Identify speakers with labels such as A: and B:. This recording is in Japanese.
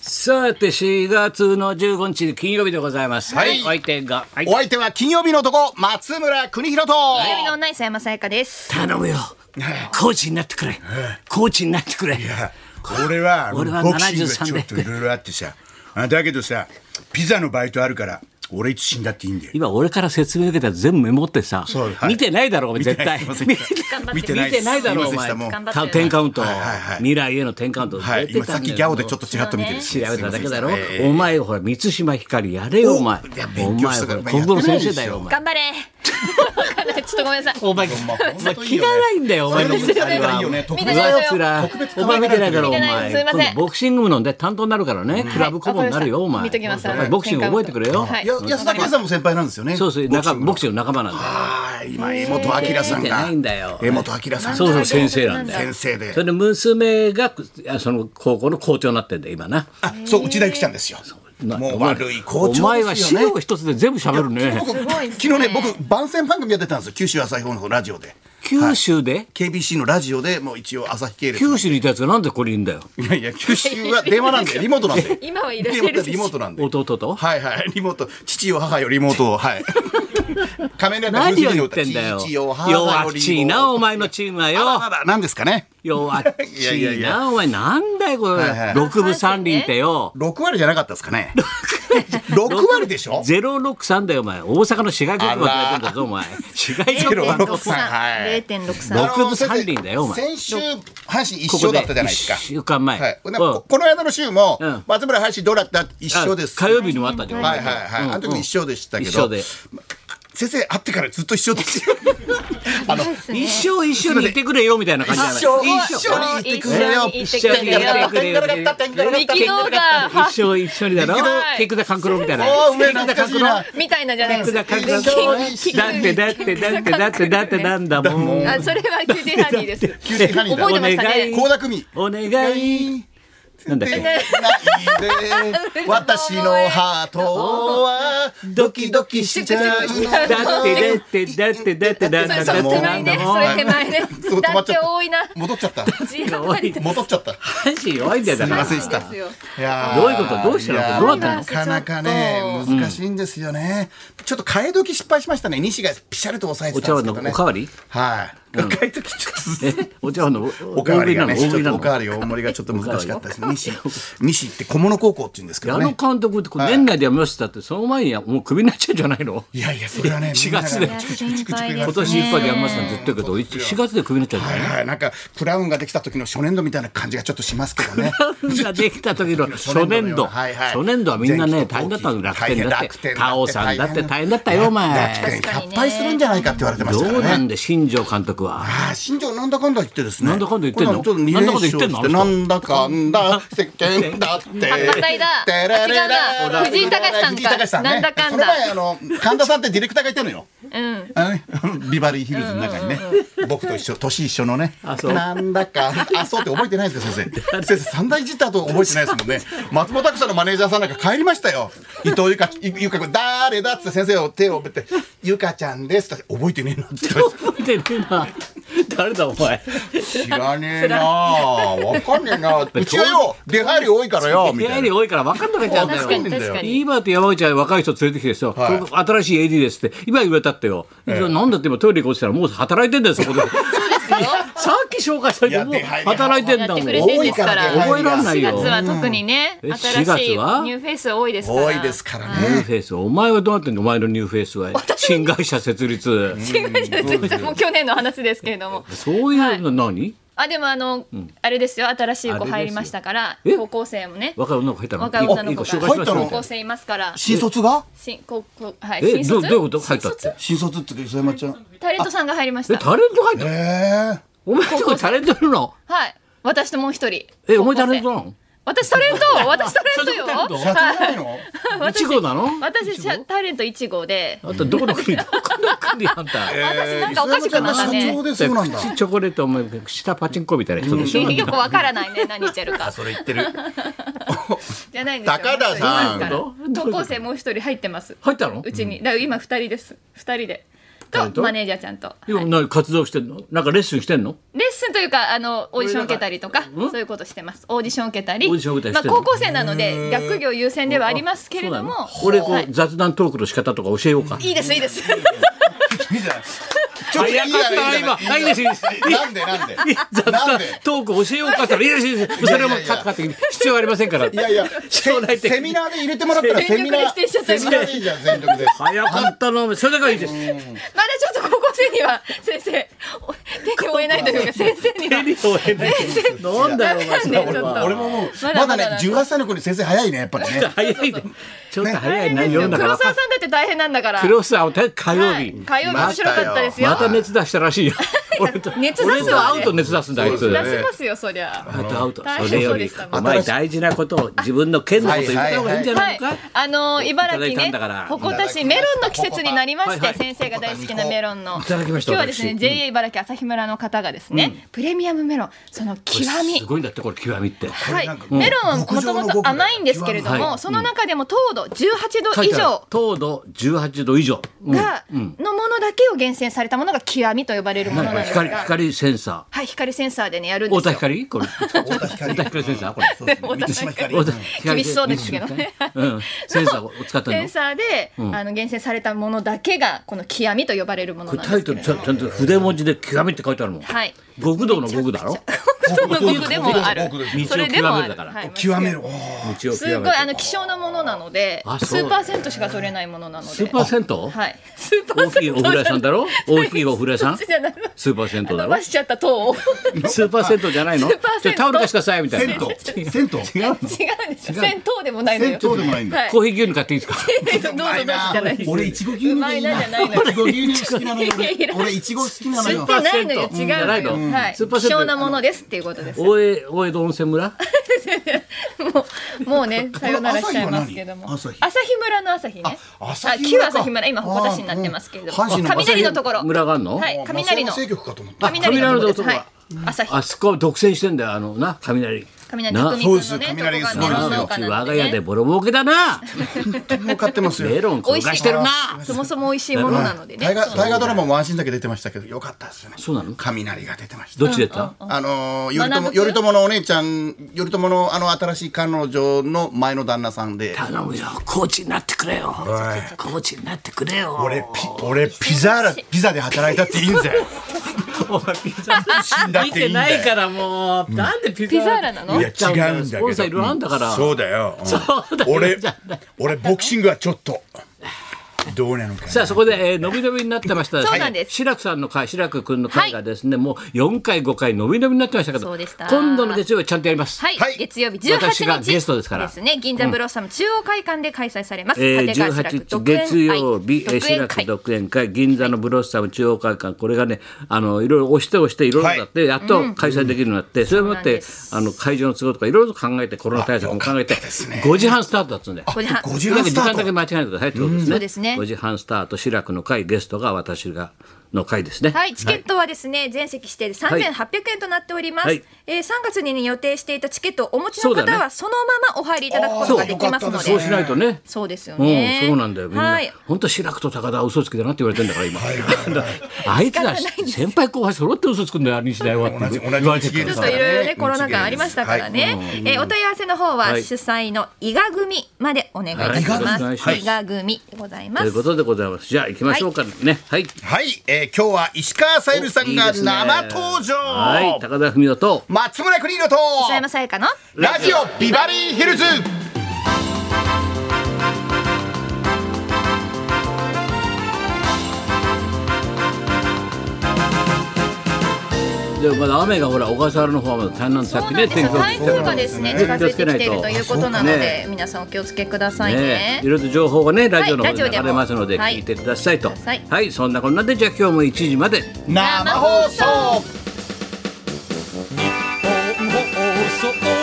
A: さて4月の15日金曜日でございます。
B: はい
A: お相手が、はい
B: お相手は金曜日の男松村邦弘と、
C: 土曜日の女磯山さやかです。
A: 頼むよ。コーチになってくれ。コーチになってくれ。
D: 俺は
A: 俺は
D: ボクシングが
A: 73
D: ちょっといろいろあってさあだけどさピザのバイトあるから俺いつ死んだっていいんだよ
A: 今俺から説明受けたら全部メモってさ
D: そう、はい
A: 見てないだろう、お前絶対。
D: 見て
A: 見
D: ない
A: て
C: 頑張って
D: 見てない
A: 見てないだろう、お
D: すいま
A: 前。
D: せんでしたもう
C: 頑張って
A: テ ンカウント、
D: いはい
A: 未来へのテンカウント。
D: はい
A: 出て
D: 今
A: た
D: さっ
A: んだよ
D: きギャオでちょっとちらっと見てる
A: 調
D: し
A: べただけだろ、
D: すいませんでした
A: お前ほら満島ひかりやれよお前
D: おいや
A: お
D: 勉強
A: 前
D: した
A: ほ
D: からら
A: 国語の先生だよお前
C: 頑張れ。わかんないちょっとごめんなさい。
A: お前、お前気がないんだよ、お前の
D: それ
A: 二人は。
D: いいよね特
C: 別だよ
A: つら、お前見てないから、お
C: 見てない
A: 前。
C: ですすいません
A: 今度ボクシング部のね担当になるからね、クラブ顧問になるよ、お前。
C: 見ときます
A: やっぱりボクシング覚えてくれよ。
C: はい
D: や安田圭さんも先輩なんですよね
A: そうそう、仲ボクシングの仲間なんだよ。
D: はい今江本明さん
A: 見てないんだ
D: が
A: よ。
D: 江本明さん
A: そうそう、先生なんだよ
D: 先。生で
A: それで娘があその高校の校長になってんだよ今な。
D: あそう内田有紀ちゃんですよもう悪い校長ですよね
A: お前は資料一つで全部喋るね。
D: 僕
C: ごいです
D: 昨
C: ね
D: 日ね僕番宣番組やってたんですよ九州朝日放送のラジオで
A: 九州で
D: KBC のラジオでもう一応朝日系列
A: 九州にいたやつがなんでここにいるんだよ。
D: いやいや九州は電話なんでリモートなんで
C: 今はいらっしゃるし
D: リモートなんで
A: 弟と。
D: はいはい、リモート、父よ母よリモートを、はい。仮面ライダー
A: 何を言ってんだよ。
D: 父よ母よ
A: 弱っ
D: リモート
A: ちいな、お前のチームは
D: あらあ
A: よ。
D: ら、何ですかね。
A: 弱っ
D: いやいや
A: ちい
D: い
A: な、
D: や
A: お前。なんだよ、これ
D: いは。い
A: 六分三輪ってよ。
D: 六割じゃなかったですかね。六割でしょ。
A: ゼロ六三だよ、お前。大阪の市街局までやってんだぞ、お 前。市街
C: 零
A: 局
C: 点
A: まで
C: 六
D: 0.63
C: 三。零点六
D: あ
C: 三
D: の。
A: 六分三輪だよお前
D: 先週阪神一
A: ここ
D: 勝
A: で
D: だったじゃないですか
A: 一。週間前。
D: はい。で
A: うん
D: ここの間の週も
A: うん
D: 松村阪神どうだった一
A: あ
D: 勝です。
A: 火曜日にもあったじゃん。
D: はいはいはい。あの時一勝でしたけ
A: 一
D: ど。
A: 緒で。
D: 先生会ってからずっと一緒ですよ。あの
A: 一生一緒にいてくれよみたいな感じじゃない。
D: 一緒に行ってくれよ。
C: 一
A: 一緒
C: 緒
A: に
C: に
A: い
C: い
A: て
C: て
A: く
C: く
A: れ
D: れ
A: よ
D: よ。
C: 力道が
A: 一生一緒にだろ
D: 力道。
A: テイクダカンクロみたいな。
D: おー上
A: テイクダカ
D: 懐
A: ン
D: かし
A: ク
D: い
A: ロ。
D: な。
C: みたいなじゃない
A: テイ
C: で
A: クダ
C: す
A: カ
C: か。
A: ンク
D: 力道
A: ロ。
D: 力
A: だってだってだってだってだってなんだもん。
C: あそれは九点ハニーです。
D: 急にハニーだ
C: 覚えてましたね。
D: 高田組。
A: お願い。なんだっけ。
D: ないで私のハートはドキドキしちゃう
A: だってだってだってだってだってだって
C: それ手前
A: なんだ
C: ね。
A: も
C: そ
A: ん。
C: れ手前ね。
D: すごい止
C: だ
D: ま
C: っ
D: っち
C: て
D: ゃった
C: 多いな。
D: 戻っちゃった
C: 時間が出て
D: 戻っちゃったす
A: マジ弱いんだよだ
D: い
A: から
D: ませんでした
C: すよ
D: いやー
A: どういうことどうしたの
D: いやー
A: どうなったの
D: なかなかね難しいんですよねちょっと替え時失敗しましたね西がピシャルと抑えてたんですけどね
A: お茶碗のおかわり
D: はい替え時ちょっと
A: えお茶碗の
D: おかわりがね、
A: 大
D: ち
A: 食
D: ょ
A: い
D: っ
A: な
D: と
A: の
D: おかわり大盛りがちょっと難しかったし、西、西って小物高校って言うんですけ
A: 矢
D: ど
A: 野
D: ね。
A: 監督ってこう年内で辞めましたってその前にはもうクビになっちゃうんじゃないの
D: いやいや、それ はね、
A: 4月で
D: みんながね
C: 心配ですね。
A: 今年いっぱいで辞めましたって言ってるけど4月でクビになっちゃうんじゃ
D: はい
A: ない
D: はい、なんかクラウンができた時の初年度みたいな感じがちょっとしますけどね。
A: ができた時 の初年度
D: はいはい
A: 初年度はみんなね
D: 全国
A: 大変だったの楽
D: 大
A: 天
D: 変
A: だっ
D: 楽
A: て
D: 天
A: タオさんだって大変だったよお
D: 楽
A: 前
D: 天100敗するんじゃないかって言われてまし
A: ど
D: た
A: う
D: か
A: な
D: ら
A: ん
D: ね。
A: で新庄監督は
D: ああ、新庄なんだかんだ言ってですね。
A: なんだかんだ言ってんの
D: こちょっと二連勝して
A: な
D: なんんだかんだ世間だって。
C: またいだ
D: てれれれ
C: 違うな藤井隆さんか
D: 藤井隆さね
C: なんだかん
D: そ
C: だ
D: の前あの神田さんってディレクターがいたのよ。
C: うん。
D: あのねビバリーヒルズの中にね、僕と一緒、年一緒のね、
A: あそう
D: なんだか、あ、そうって覚えてないんですよ、先生。先生、三大ジッターと覚えてないですもんね。松本拓さんのマネージャーさんなんか帰りましたよ。伊藤ゆか、ゆゆか君、誰だっつって先生を手を振って、ゆかちゃんですって覚えてねえなって言わ
A: 覚えてねえな 誰だお前
D: れて。知らねえなあわかんねえなあうちはよ、出入り多いからよ、
A: 部
D: みた
A: 屋
D: い
A: に
D: な。
A: 多いから分かんなくなっちゃうんだ
C: 確か
A: よ
C: に確かに。
A: 今って山口は若い人連れてきてさ、
D: はい
A: この新しい AD ですって今言われたってよ、なんだって今トイレ行こうとしたらもう働いてんだよそこで さっき紹介され
D: い
A: て
D: や
A: もう
D: 出入りが
A: 働いてんだ
C: や
A: も
C: っ
A: ん
C: てくれてん
D: 多
C: で
D: い
C: すか
D: からら
A: 覚
D: 出
C: 4
D: 入
A: え
D: り
A: らんないよ
C: 月は特にね
A: え、
C: 新しい
A: 4
C: ニ
A: 月は
C: ューフェイス多いですから。
D: 多いですから
A: ニュー
D: ね。
A: フェイスお前はどうなってんのお前のニューフェイスは新会社設立
C: もう去年の話ですけれども。
A: そういうの何、
C: あ、でもあの、あれですよ、新しい子入りましたから、
A: え
C: 高校生もね、
A: 若い女の子入ったの
C: 若い女の
A: いい子
C: 子
A: 紹
C: が
A: 介しましょう
D: 入
C: 高
D: った
C: 校
D: の
C: 生いますから、
D: 新卒が
C: 新高校はい、
A: え
C: 新
A: どうど
C: 卒
A: ういうこと入ったっ
C: 新卒
A: て
D: 新卒って磯山ちゃん。
C: タレントさんが入りまし
A: え
C: た。
A: タレント入った、
D: ええ。
A: お前のとこタレントいるの
C: はい、私ともう一人。
A: えお前タレントなの
C: 私タレン ト、私タレント
A: 社長タレント
C: よ。
D: 社長じ
C: は
D: ゃ
C: い
D: ないの
A: 一号なの
C: 私社タレント1号で、
A: あんたどこの国どこの国あんた
C: 私なんかおかしくなった
D: 社
C: ね
D: 長。でそうなんだ。
A: 口チョコレートお前下パチンコみたいな人でし ょ、
C: よくわからないね、何言ってるか。
D: それ言ってる。
C: じゃないんですよ。
D: 高田さん
C: いますから高校生もう一人入ってます。
A: 入ったの
C: うちに、だから今二人です。二人で。
A: 誰と
C: とマネージャーちゃんと。
A: 今何活動してんのなんかレッスンしてんの
C: レッスレッスンというかあのオーディション受けたりとかそういうことしてますオーディション受けたり
A: オーディション受けたり
C: ま
A: し
C: あ、
A: てる
C: 高校生なので学業優先ではありますけれども
A: あそうなの
C: は
A: 俺こう
C: い、
A: 雑談トークの仕方とか教えようか
C: いいですいいです
D: いいじゃないちょっといい
A: 早か
D: じ
A: っ
D: ゃ
A: た
D: な
A: ない今
D: いいじゃない
A: はいいですいいです
D: なんでなんで
A: 雑
D: なん
A: 談
D: で
A: トーク教えようかって言ったら「いいですいいですそれはもうカットカット必要ありませんから」
D: いやいや、セ
A: 将来的に
D: セミナーで入れてもらったらセ
C: 全
D: ミ
C: 力
D: ナ
C: で
D: ー
C: 否定しちゃった
D: セミナーでいいじゃん全力で。
A: 早かったのそれだけはいいです
C: まだちょっと高校生には先生お手に負えないというか先生には
A: 手に負えないなんだよお前それ
C: なんでちょっと
A: は
D: 俺ももう
C: まだ
D: ま
C: まだ
D: だね18歳の子に先生早いねやっぱりね。
A: 早いねちょっと早いな世の
C: 黒
A: 中
C: 沢
A: は
C: さんだって大変なんだから
A: クロスアウト火曜
C: は
A: 日
C: い、火曜日面白かったですよ
A: また熱出したらしいよ俺と
C: 熱出すわね
A: 俺と会うと熱出すんだあいつ
C: 出しますよそりゃ
A: あと会うと
C: 大変
A: それよ
C: そうで
A: り
C: したも
A: お
C: ん
A: 前大事なことを自分の剣のこと言った方がいいんじゃな
C: はい
A: いか
C: い、あの茨
A: い
C: 城
A: ただいたん
C: ね
A: だから、
C: 鉾田市メロンの季節になりまして、
A: はいはい
C: 先生が大好きなメロンの。
A: ただきました
C: 今日はですね、
A: 私
C: JA 茨城旭村の方がですね、プレミアムメロン、その極み
A: す。ごいんだってこれ極みって
C: はい
D: なんか、
C: メロンはもともと甘いんですけれど
A: 極みは
C: も、
A: い
C: その中でも糖度18度
A: 書い
C: 以
A: てある
C: 上。
A: 糖度18度以上うん
C: が、のものだけを厳選されたものが極みと呼ばれるものなんです
A: 光
C: が。
A: 光センサ
C: はい、光センサーでね、やるん
A: ー
C: で
A: 太
C: す
A: 田
C: よ。
A: 光これ
D: 太田光
A: 太田光センサーこれ
D: 満島ひかり
A: 太田光
C: 厳しそうですけどね
A: うんセンサーを使って
C: セ
A: る
C: ン
A: の
C: サーで、あの厳選されたものだけが、この極みと呼ばれるもの
A: これ
C: なん
A: タ
C: です
A: イ
C: け
A: トルちゃ
C: れど
A: んちゃんと筆文字で極みって書いてあるもん
C: はい。
A: 極道の極だろ
C: その僕でもある
D: 僕で。
A: も
C: それでもあ
A: 道を極めるだ
C: る。
A: から
C: はい
D: 極める。おー
A: 道を極
C: す
A: め
C: ごいあの希少なものなので、
A: あそう
C: 数パーセントしか取れないものなので。
A: スーパーセント
C: はい。スーパー
A: 大き
C: セ
A: い
C: ン
A: お
C: ト。
A: 風呂屋さんだろ大きいお風呂屋さん
C: そっちじゃない
A: スーパーセントだ
C: 伸
A: ろ
C: ばしちゃった 糖を。違
A: スーパーセントじゃないの
C: スーパー
A: じ
C: セ
A: ゃ
C: ン
A: あ
C: ト
A: タオル貸してくださいみたいな
D: 銭湯銭湯
C: うんですよ。銭湯でもないのよ。
D: 銭湯でもないんだ
C: はい。
A: コーヒー牛乳買っていいですか
C: どうぞどうぞじゃないです。
D: 俺いちご牛乳がいいう
C: まいな
D: な
C: じゃないの。よ
D: 俺いちご牛乳好きなのよ。
C: いやいや
D: 俺俺いちご好きなの
C: 吸っ
D: よ。
C: てないのよ。違う
A: じゃないの
C: のよ。はい。
A: スーパー
C: 希
A: セント
C: 少なものですっていうことです。も
A: 大江大江戸温泉村
C: うもうねさよならしちゃいますけども。
D: 朝
C: 朝
D: 日
C: 日村の朝日ね。
D: 朝日村
C: あ旧
D: か
C: 朝日村今鉾田市になってますけれど
D: あうん阪神
C: も。
D: の朝日
C: 雷のところ。
A: 村があんの
C: はい。雷の。
D: 政局かと思った。
C: 雷のところです。
A: あ
C: はい。朝日。
A: あそこ独占してんだよあのな雷
C: 雷
A: な
C: 匠君のね、
D: 雷がす
C: と
D: ご
C: こ
D: いですよ
C: がメロン
A: あうち我
C: 農家な
A: が
C: んで
A: 家
C: ね
A: でボロ儲けだ な
D: 儲かってますよ。
A: メロン転がしてるな
C: そもそも美味しいものなのでね
D: 大。河大河ドラマもワンシーンだけ出てましたけどよかったですね。
A: そうなの
D: 雷が出てました。
A: どっち出た
D: あのー、頼朝
C: 学ぶ
D: 頼朝のお姉ちゃん頼朝のあの新しい彼女の前の旦那さんで
A: 頼むよコーチになってくれよコーチになってくれよ
D: 俺ピ俺ピザらピザで働いたっていいんだ よ
A: お前ピザ
D: 死んだっ
A: 見
D: てい
A: て
D: いんだ
A: な
D: よ
A: いからもうなんでピザ
C: ピザーラなの
D: いや違うんだけど
A: スポンサーいろいろあんだから
D: そうだよ、うん
A: そうだよ
D: 俺
A: じゃない
D: 俺ボクシングはちょっとどうなのかな
A: さあそこで、えー、伸び伸びになってました
C: そうなんです
A: 志らくさんの会志らく君の会がですね、もう4回5回伸び伸びになってましたけ
C: そう
A: ど
C: でした
A: 今度の月曜日ちゃんとやります、
C: はい、
D: はい
C: 月曜日18
A: 私
C: 日
A: がゲストですから
C: ね、銀座ブロッサム中央会館で開催されます。
A: えー、
C: 立川志らく
A: 18日
C: 独演会
A: 月曜日、えー、
C: 独
A: 志
C: 演
A: らく
C: 会
A: 独演会、銀座のブロッサム中央会館、これがね、あのいろいろ押して押して、いろいろだって、やっと開催できるようになって、それもあっ
C: そうなん
A: て
C: で、す
A: あの会場の都合とか、いろいろと考えて、コロナ対策も考えて、
D: あよかったですね
A: 5時半スタートだったんで、
C: これは
D: 5時
A: 時間
D: 半スター
A: だけ
D: ト
A: 間違えないでくださいってことですね。
C: そうですね
A: 5時半スタート、志らくの会、ゲストが私がの会ですね。
C: はい、チケットはですね、全席指定で3800円となっております。
A: はい
C: えー、3月に、ね、予定していたチケットをお持ちの
A: そうだ
C: 方
A: ね
C: はそのままお入りいただくことができますので、
D: あー
A: そ
C: そうう
A: しないとね。
C: ですよ
A: うん
C: ね。、
A: そうなんだよ。みんな
C: はい、、
A: 本当志らくと高田は嘘つきだなって言われてんだから、 今。あいつら先輩後輩揃って嘘つくんだよ、西大はって。
D: 同じ同じ
A: 言われて
D: 道芸
A: る
D: で
C: ち
D: す
C: ょっ
D: から
C: といろいろね、コロナ禍ありましたからね。えーお問い合わせの方は
A: は
C: 主
A: い
C: 催の伊賀組までお願いいたします。
A: はい
C: 伊賀組でございま
A: という
C: す
A: こ。とでございます。じゃあ行きましょうかね。はい。
D: はい、えー、今日は石川さゆりさん
A: いい
D: が
A: ですね
D: 生登場、
A: はい。高田文夫と。
D: 松村邦洋と
C: 磯山さやかの
D: ラジオビバリーヒルズ
A: でまだ雨がほら小笠原の方はまだ大変なんです。さっ
C: そう
A: き
C: なん
A: ね
C: ですよ。台風が
A: ね
C: ですね
A: ね
C: 近づ
A: 気を
C: いてきてい
A: つけないと
C: るということなの
A: ね
C: で皆さんお気をつけください
A: ね
C: ね
A: い。ろいろと情報がねラジオの方
C: はい
A: で
C: ラジ
A: 流
C: オでも
A: れますので
C: はい
A: 聞いてくださいと。
C: ください
A: はい。そんなこんなでじゃあ今日も1時まで。
D: 生放送
E: 放送